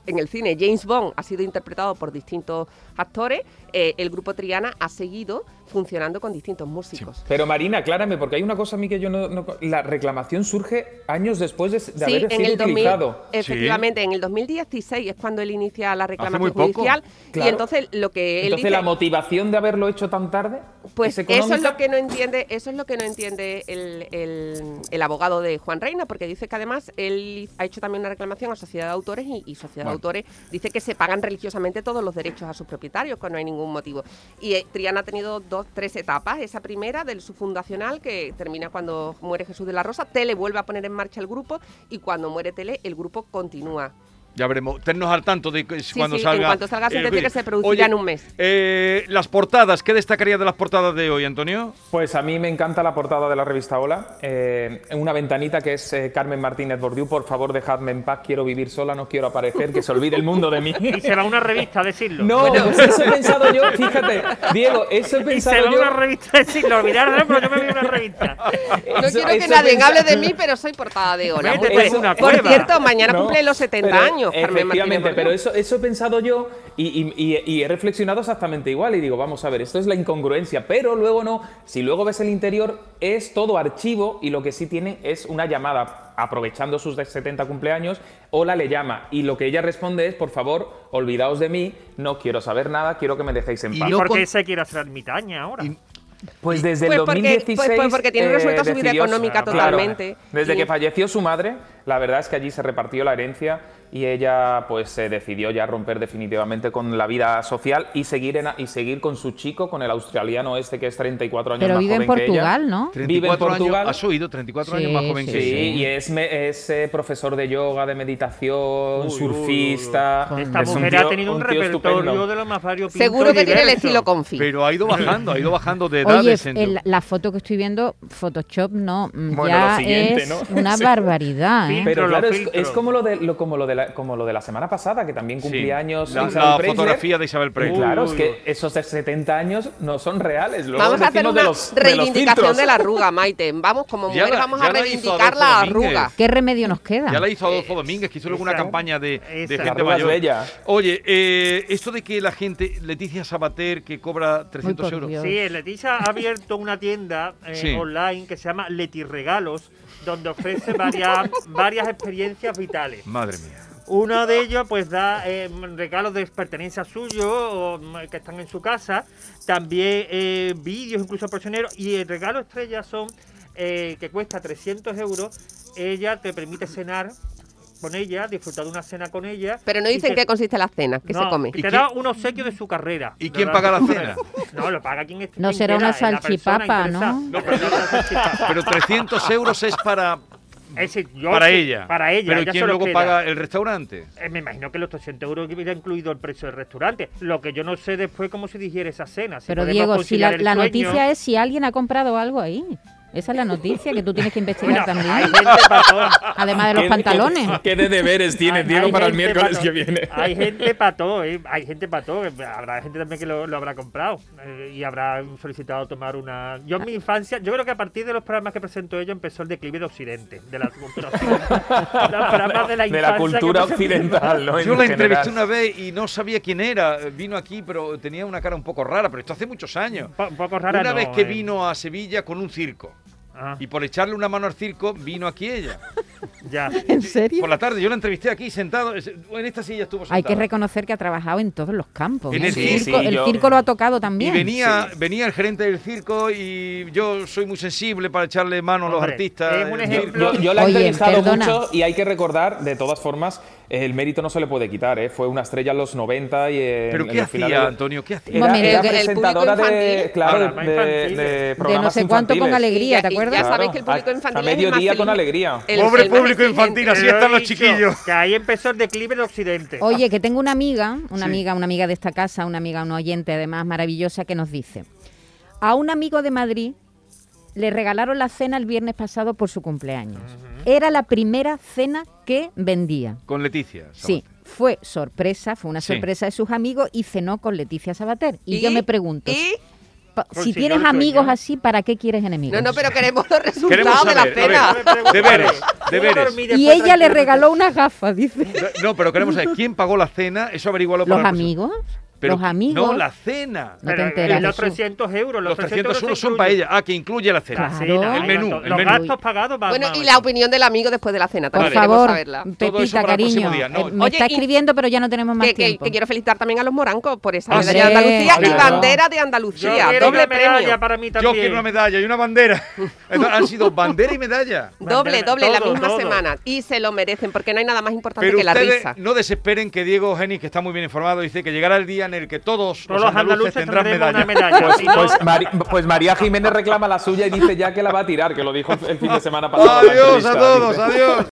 [SPEAKER 4] en el cine James Bond ha sido interpretado por distintos actores, eh, el grupo Triana ha seguido funcionando con distintos músicos.
[SPEAKER 6] Pero Marina, aclárame, porque hay una cosa a mí que yo no. no- la reclamación surge años después de, de
[SPEAKER 4] Sí,
[SPEAKER 6] haber
[SPEAKER 4] en
[SPEAKER 6] sido
[SPEAKER 4] el 2000,
[SPEAKER 6] utilizado.
[SPEAKER 4] efectivamente, en el 2016 es cuando él inicia la
[SPEAKER 3] muy
[SPEAKER 4] reclamación
[SPEAKER 3] poco.
[SPEAKER 4] judicial
[SPEAKER 6] Claro.
[SPEAKER 4] y entonces lo que él
[SPEAKER 6] Entonces,
[SPEAKER 4] dice,
[SPEAKER 6] la motivación de haberlo hecho tan tarde.
[SPEAKER 4] pues eso
[SPEAKER 6] económica?
[SPEAKER 4] es lo que no entiende, eso es lo que no entiende el, el- el abogado de Juan Reina, porque dice que además él ha hecho también una reclamación a Sociedad de Autores y, y Sociedad de Autores dice que se pagan religiosamente todos los derechos a sus propietarios, que no hay ningún motivo. Y eh, Triana ha tenido dos, tres etapas. Esa primera del subfundacional, que termina cuando muere Jesús de la Rosa, Tele vuelve a poner en marcha el grupo y cuando muere Tele, el grupo continúa
[SPEAKER 3] Ya veremos. Tennos al tanto de que- cuando
[SPEAKER 4] sí, en
[SPEAKER 3] salga.
[SPEAKER 4] cuanto salga, se tendría que se producirá
[SPEAKER 3] oye,
[SPEAKER 4] en un mes.
[SPEAKER 3] eh, las portadas. ¿Qué destacaría de las portadas de hoy, Antonio?
[SPEAKER 6] Pues a mí me encanta la portada de la revista Hola. eh, en una ventanita que es eh, Carmen Martínez Bordiú, por favor dejadme en paz, quiero vivir sola, no quiero aparecer, que se olvide el mundo de mí.
[SPEAKER 5] Y será una revista, decirlo.
[SPEAKER 6] No, pues eso he pensado yo, fíjate, Diego, eso he
[SPEAKER 5] Y se
[SPEAKER 6] pensado
[SPEAKER 5] va
[SPEAKER 6] yo.
[SPEAKER 5] una revista, decirlo. Olvidarlo, pero yo me vi una revista.
[SPEAKER 4] No
[SPEAKER 6] eso-
[SPEAKER 4] quiero que
[SPEAKER 6] eso he
[SPEAKER 4] nadie
[SPEAKER 6] pensa-
[SPEAKER 4] hable de mí, pero soy portada de hora.
[SPEAKER 5] Métete
[SPEAKER 6] en
[SPEAKER 5] una
[SPEAKER 4] por
[SPEAKER 5] cueva.
[SPEAKER 4] cierto, mañana
[SPEAKER 6] No,
[SPEAKER 4] cumple los 70
[SPEAKER 6] pero,
[SPEAKER 4] años, Carmen Martínez.
[SPEAKER 6] Efectivamente,
[SPEAKER 4] Bordeaux.
[SPEAKER 6] pero eso, eso he pensado yo y, y- y- y he reflexionado exactamente igual y digo, vamos a ver, esto es la incongruencia, pero luego no, si luego ves el interior, es todo archivo y lo que sí tiene es una llamada, aprovechando sus 70 cumpleaños, Hola le llama y lo que ella responde es, por favor, olvidaos de mí, no quiero saber nada, quiero que me dejéis en
[SPEAKER 5] ¿Y
[SPEAKER 6] paz.
[SPEAKER 3] no
[SPEAKER 5] por qué
[SPEAKER 3] con-
[SPEAKER 5] se quiere hacer ermitaña ahora?
[SPEAKER 6] Pues desde
[SPEAKER 4] Pues
[SPEAKER 6] el
[SPEAKER 4] porque-
[SPEAKER 6] 2016.
[SPEAKER 4] pues- pues porque tiene resuelta su vida
[SPEAKER 6] eh, decidió-
[SPEAKER 4] económica totalmente.
[SPEAKER 6] Desde
[SPEAKER 4] Y-
[SPEAKER 6] que falleció su madre, la verdad es que allí se repartió la herencia y ella pues se decidió ya romper definitivamente con la vida social y seguir en- y seguir con su chico, con el australiano este que es 34 años
[SPEAKER 2] Pero
[SPEAKER 6] más
[SPEAKER 2] vive en
[SPEAKER 6] joven que ella.
[SPEAKER 2] Portugal, ¿no?
[SPEAKER 6] Vive en Portugal.
[SPEAKER 3] años. ¿Has oído? 34
[SPEAKER 2] Sí,
[SPEAKER 3] años más joven
[SPEAKER 2] sí,
[SPEAKER 6] Sí,
[SPEAKER 3] que yo.
[SPEAKER 6] y es, me- es, eh, profesor de yoga, de meditación,
[SPEAKER 5] Uy, uy,
[SPEAKER 6] surfista.
[SPEAKER 5] Esta
[SPEAKER 6] es un
[SPEAKER 5] mujer
[SPEAKER 6] tío-
[SPEAKER 5] ha tenido un,
[SPEAKER 6] tío
[SPEAKER 5] repertorio
[SPEAKER 6] estupendo.
[SPEAKER 5] de lo más variopinto
[SPEAKER 4] Seguro que tiene el
[SPEAKER 5] diverso.
[SPEAKER 4] estilo confi.
[SPEAKER 3] Pero ha ido bajando, ha ido bajando de
[SPEAKER 2] Oye,
[SPEAKER 3] edades. en-
[SPEAKER 2] el- la foto que estoy viendo, Photoshop no, mm,
[SPEAKER 6] Bueno,
[SPEAKER 2] ya
[SPEAKER 6] lo siguiente,
[SPEAKER 2] es
[SPEAKER 6] ¿no?
[SPEAKER 2] una
[SPEAKER 6] Sí.
[SPEAKER 2] barbaridad, ¿eh?
[SPEAKER 5] Filtro,
[SPEAKER 6] Pero claro,
[SPEAKER 5] los
[SPEAKER 6] es,
[SPEAKER 5] filtros.
[SPEAKER 6] es como lo de lo, como lo de la, como lo de la semana pasada, que también
[SPEAKER 3] Sí.
[SPEAKER 6] cumplía años.
[SPEAKER 3] La,
[SPEAKER 6] Isabel
[SPEAKER 3] la
[SPEAKER 6] Preisler.
[SPEAKER 3] fotografía de Isabel
[SPEAKER 6] Y
[SPEAKER 3] Preisler.
[SPEAKER 6] claro,
[SPEAKER 5] Uy,
[SPEAKER 6] es
[SPEAKER 5] uy,
[SPEAKER 6] que esos de 70 años no son reales. Luego
[SPEAKER 4] Vamos a hacer
[SPEAKER 6] decimos
[SPEAKER 4] una
[SPEAKER 6] de los- de los
[SPEAKER 4] reivindicación de,
[SPEAKER 6] filtros.
[SPEAKER 4] la arruga, Maite. Vamos, como
[SPEAKER 3] Ya
[SPEAKER 4] mujer,
[SPEAKER 3] la-
[SPEAKER 4] vamos
[SPEAKER 3] ya
[SPEAKER 4] a
[SPEAKER 3] la hizo
[SPEAKER 4] reivindicar
[SPEAKER 3] Adolfo
[SPEAKER 4] la
[SPEAKER 3] Domínguez.
[SPEAKER 4] arruga.
[SPEAKER 2] ¿Qué remedio nos queda?
[SPEAKER 3] Ya la
[SPEAKER 6] Eh,
[SPEAKER 3] hizo Adolfo Domínguez, que hizo luego una
[SPEAKER 5] esa,
[SPEAKER 3] campaña de, de
[SPEAKER 5] esa.
[SPEAKER 3] gente
[SPEAKER 6] Arrugas
[SPEAKER 3] mayor.
[SPEAKER 6] bella.
[SPEAKER 3] Oye, eh, esto de que la gente, Leticia Sabater, que cobra 300
[SPEAKER 2] por
[SPEAKER 3] euros.
[SPEAKER 2] Dios.
[SPEAKER 5] Sí, Leticia ha abierto una tienda eh,
[SPEAKER 3] Sí.
[SPEAKER 5] online que se llama Letiregalos, donde ofrece varias, varias experiencias vitales.
[SPEAKER 3] Madre mía.
[SPEAKER 5] Uno de ellos, pues, da eh, regalos de pertenencia suyo o mm, que están en su casa. También eh, vídeos, incluso prisioneros. Y el regalo estrella son eh, que cuesta 300 euros. Ella te permite cenar con ella, disfrutar de una cena con ella.
[SPEAKER 4] Pero no
[SPEAKER 5] y
[SPEAKER 4] dicen
[SPEAKER 5] te-
[SPEAKER 4] qué consiste la cena, qué se
[SPEAKER 5] no,
[SPEAKER 4] come.
[SPEAKER 5] y
[SPEAKER 3] ¿Y
[SPEAKER 5] Te da un obsequio de su carrera.
[SPEAKER 3] y
[SPEAKER 5] De
[SPEAKER 3] quién
[SPEAKER 5] verdad,
[SPEAKER 3] paga la
[SPEAKER 5] su
[SPEAKER 3] cena?
[SPEAKER 5] carrera. No, lo paga quien esté.
[SPEAKER 2] No será una salchipapa, ¿no?
[SPEAKER 5] No, pero no es una salchipapa.
[SPEAKER 3] Pero 300 euros es para,
[SPEAKER 5] Es decir, yo
[SPEAKER 3] para
[SPEAKER 5] sé-
[SPEAKER 3] ella.
[SPEAKER 5] Para ella.
[SPEAKER 3] Pero
[SPEAKER 5] ella
[SPEAKER 3] ¿quién
[SPEAKER 5] se lo
[SPEAKER 3] luego
[SPEAKER 5] queda.
[SPEAKER 3] paga el restaurante?
[SPEAKER 5] Eh, me imagino que los 300 euros que hubiera incluido el precio del restaurante. Lo que yo no sé después cómo se digiere esa cena. Si
[SPEAKER 2] Pero
[SPEAKER 5] podemos
[SPEAKER 2] Diego, si la,
[SPEAKER 5] conciliar el
[SPEAKER 2] la
[SPEAKER 5] sueño.
[SPEAKER 2] noticia es si alguien ha comprado algo ahí. Esa es la noticia que tú tienes que investigar
[SPEAKER 5] Bueno, hay
[SPEAKER 2] también.
[SPEAKER 5] gente, patón.
[SPEAKER 2] Además de los
[SPEAKER 6] ¿Qué-
[SPEAKER 2] pantalones.
[SPEAKER 6] ¿Qué, qué de deberes tiene
[SPEAKER 5] Hay-
[SPEAKER 6] Diego
[SPEAKER 5] hay
[SPEAKER 6] para el
[SPEAKER 5] gente
[SPEAKER 6] miércoles
[SPEAKER 5] pató.
[SPEAKER 6] que viene?
[SPEAKER 5] Hay gente pató, eh, hay gente pató. eh, Habrá gente también que lo, lo habrá comprado eh, y habrá solicitado tomar una. Yo en mi infancia, yo creo que a partir de los programas que presentó ella empezó el declive de Occidente, de la cultura occidental. Los programas de la,
[SPEAKER 6] De la
[SPEAKER 5] infancia que
[SPEAKER 6] cultura
[SPEAKER 5] presentó-
[SPEAKER 6] occidental, ¿no?
[SPEAKER 3] pues,
[SPEAKER 6] En
[SPEAKER 3] Yo la entrevisté una
[SPEAKER 6] general.
[SPEAKER 3] vez y no sabía quién era. Vino aquí, pero tenía una cara un poco rara, pero esto hace muchos años.
[SPEAKER 5] Po- Un poco rara.
[SPEAKER 3] una
[SPEAKER 5] no,
[SPEAKER 3] vez que
[SPEAKER 5] eh.
[SPEAKER 3] vino a Sevilla con un circo.
[SPEAKER 5] Ah,
[SPEAKER 3] Y por echarle una mano al circo, vino aquí ella.
[SPEAKER 5] ya.
[SPEAKER 2] ¿En serio?
[SPEAKER 3] Por la tarde, yo la entrevisté aquí sentado. es- En esta silla estuvo sentada.
[SPEAKER 2] Hay que reconocer que ha trabajado en todos los campos.
[SPEAKER 3] En
[SPEAKER 2] ¿eh?
[SPEAKER 3] el
[SPEAKER 2] el,
[SPEAKER 6] circo,
[SPEAKER 2] circo,
[SPEAKER 6] sí,
[SPEAKER 2] el
[SPEAKER 6] yo-
[SPEAKER 2] circo lo ha tocado también.
[SPEAKER 3] Y venía, venía el gerente del circo y yo soy muy sensible para echarle mano a los
[SPEAKER 5] Hombre,
[SPEAKER 3] artistas.
[SPEAKER 5] es un
[SPEAKER 3] del
[SPEAKER 5] ejemplo.
[SPEAKER 3] circo.
[SPEAKER 6] Yo, yo la he
[SPEAKER 2] Oye,
[SPEAKER 6] entrevistado
[SPEAKER 2] perdona.
[SPEAKER 6] mucho y hay que recordar, de todas formas, el mérito no se le puede quitar. ¿eh? Fue una estrella en los 90 y en,
[SPEAKER 3] ¿Pero
[SPEAKER 6] en
[SPEAKER 3] qué
[SPEAKER 6] el final
[SPEAKER 3] hacía,
[SPEAKER 6] de-
[SPEAKER 3] Antonio? ¿Qué hacía?
[SPEAKER 6] Era,
[SPEAKER 2] Hombre,
[SPEAKER 6] era
[SPEAKER 2] que el
[SPEAKER 6] presentadora
[SPEAKER 4] público
[SPEAKER 6] de,
[SPEAKER 4] infantil-
[SPEAKER 6] claro,
[SPEAKER 5] Ahora,
[SPEAKER 6] de,
[SPEAKER 5] infantiles.
[SPEAKER 6] de
[SPEAKER 5] De no
[SPEAKER 2] de no
[SPEAKER 6] programas
[SPEAKER 2] sé cuánto con
[SPEAKER 6] infantiles.
[SPEAKER 2] alegría,
[SPEAKER 4] Y ya-
[SPEAKER 2] ¿te
[SPEAKER 4] y ya
[SPEAKER 2] acuerdas?
[SPEAKER 6] Claro,
[SPEAKER 4] sabéis que el público
[SPEAKER 6] a-
[SPEAKER 4] infantil
[SPEAKER 6] a
[SPEAKER 4] es el
[SPEAKER 6] mediodía
[SPEAKER 4] más
[SPEAKER 6] con
[SPEAKER 4] feliz.
[SPEAKER 6] alegría.
[SPEAKER 4] El-
[SPEAKER 3] Pobre
[SPEAKER 4] el más
[SPEAKER 3] público
[SPEAKER 4] exigente.
[SPEAKER 3] infantil, así
[SPEAKER 5] Te lo he
[SPEAKER 3] están los
[SPEAKER 5] dicho,
[SPEAKER 3] chiquillos.
[SPEAKER 5] Que ahí empezó el declive de Occidente.
[SPEAKER 2] Oye, que tengo una amiga, una
[SPEAKER 3] Sí.
[SPEAKER 2] amiga, una amiga de esta casa, una amiga, una oyente además maravillosa que nos dice, a un amigo de Madrid le regalaron la cena el viernes pasado por su cumpleaños. Era la primera cena que vendía.
[SPEAKER 3] Con Leticia.
[SPEAKER 2] Sí, fue sorpresa, fue una
[SPEAKER 3] Sí.
[SPEAKER 2] sorpresa de sus amigos y cenó con Leticia Sabater. Y,
[SPEAKER 4] Y-
[SPEAKER 2] yo me pregunto,
[SPEAKER 4] Y
[SPEAKER 2] pa-
[SPEAKER 5] Pues
[SPEAKER 2] si
[SPEAKER 5] si
[SPEAKER 2] tienes
[SPEAKER 5] no soy
[SPEAKER 2] amigos
[SPEAKER 5] yo.
[SPEAKER 2] así, ¿para qué quieres enemigos?
[SPEAKER 4] no, no, pero queremos los
[SPEAKER 3] Queremos
[SPEAKER 4] resultados de la
[SPEAKER 3] saber, a ver.
[SPEAKER 4] cena.
[SPEAKER 5] No me preguntes.
[SPEAKER 3] Deberes,
[SPEAKER 5] Yo
[SPEAKER 3] deberes.
[SPEAKER 5] dormí
[SPEAKER 2] y
[SPEAKER 5] después
[SPEAKER 2] ella
[SPEAKER 5] del
[SPEAKER 2] le
[SPEAKER 5] club.
[SPEAKER 2] regaló unas gafas, dice.
[SPEAKER 3] Sabater. No, pero queremos saber quién pagó la cena, eso averigualo
[SPEAKER 2] ¿Los
[SPEAKER 3] para el próximo.
[SPEAKER 2] amigos?
[SPEAKER 3] Pero
[SPEAKER 2] ¿Los amigos?
[SPEAKER 3] No, la cena.
[SPEAKER 2] No te
[SPEAKER 5] Pero, eh,
[SPEAKER 2] enteras,
[SPEAKER 5] Los
[SPEAKER 2] Jesús.
[SPEAKER 5] 300 euros.
[SPEAKER 3] Los 300 euros son
[SPEAKER 5] incluyen-
[SPEAKER 3] para ella. Ah, que incluye la cena.
[SPEAKER 2] Claro.
[SPEAKER 5] Sí, la-
[SPEAKER 2] El
[SPEAKER 5] la-
[SPEAKER 3] menú,
[SPEAKER 5] Los,
[SPEAKER 3] el
[SPEAKER 5] los
[SPEAKER 3] menú.
[SPEAKER 5] gastos pagados van
[SPEAKER 4] Bueno,
[SPEAKER 5] van-
[SPEAKER 4] y la opinión del amigo después de la cena
[SPEAKER 2] Por
[SPEAKER 4] también. queremos
[SPEAKER 2] favor,
[SPEAKER 4] saberla.
[SPEAKER 3] Todo eso
[SPEAKER 2] Pepita,
[SPEAKER 3] para el próximo
[SPEAKER 2] cariño.
[SPEAKER 3] día, ¿no?
[SPEAKER 2] eh, Me
[SPEAKER 4] Oye,
[SPEAKER 2] está
[SPEAKER 4] y-
[SPEAKER 2] escribiendo, pero ya no tenemos más
[SPEAKER 4] Que, que-
[SPEAKER 2] tiempo.
[SPEAKER 4] que quiero felicitar también a los morancos por esa
[SPEAKER 3] Ah,
[SPEAKER 4] medalla
[SPEAKER 2] sí,
[SPEAKER 4] de Andalucía y
[SPEAKER 2] claro.
[SPEAKER 4] bandera de
[SPEAKER 5] Yo
[SPEAKER 4] Andalucía.
[SPEAKER 5] quiero
[SPEAKER 4] Doble
[SPEAKER 5] una medalla
[SPEAKER 4] premio.
[SPEAKER 5] para mí
[SPEAKER 3] Yo
[SPEAKER 5] también.
[SPEAKER 3] quiero una medalla y una bandera. Entonces, han sido bandera y medalla.
[SPEAKER 4] Doble,
[SPEAKER 5] Bandera,
[SPEAKER 4] doble, la
[SPEAKER 5] todo,
[SPEAKER 4] misma
[SPEAKER 5] todo.
[SPEAKER 4] semana. Y se lo merecen, porque no hay nada más importante
[SPEAKER 3] Pero
[SPEAKER 4] que la
[SPEAKER 3] ustedes
[SPEAKER 4] risa.
[SPEAKER 3] no desesperen que Diego Genis, que está muy bien informado, dice que llegará el día en el que todos,
[SPEAKER 5] Todos
[SPEAKER 3] los Pues andaluces tendrán
[SPEAKER 5] tendremos
[SPEAKER 3] medalla.
[SPEAKER 5] una medalla.
[SPEAKER 6] Pues,
[SPEAKER 5] si no-
[SPEAKER 6] pues Mari- pues María Jiménez reclama la suya y dice ya que la va a tirar, que lo dijo el fin de semana pasado. en la
[SPEAKER 3] Adiós a
[SPEAKER 6] entrevista,
[SPEAKER 3] todos,
[SPEAKER 6] dice.
[SPEAKER 3] adiós.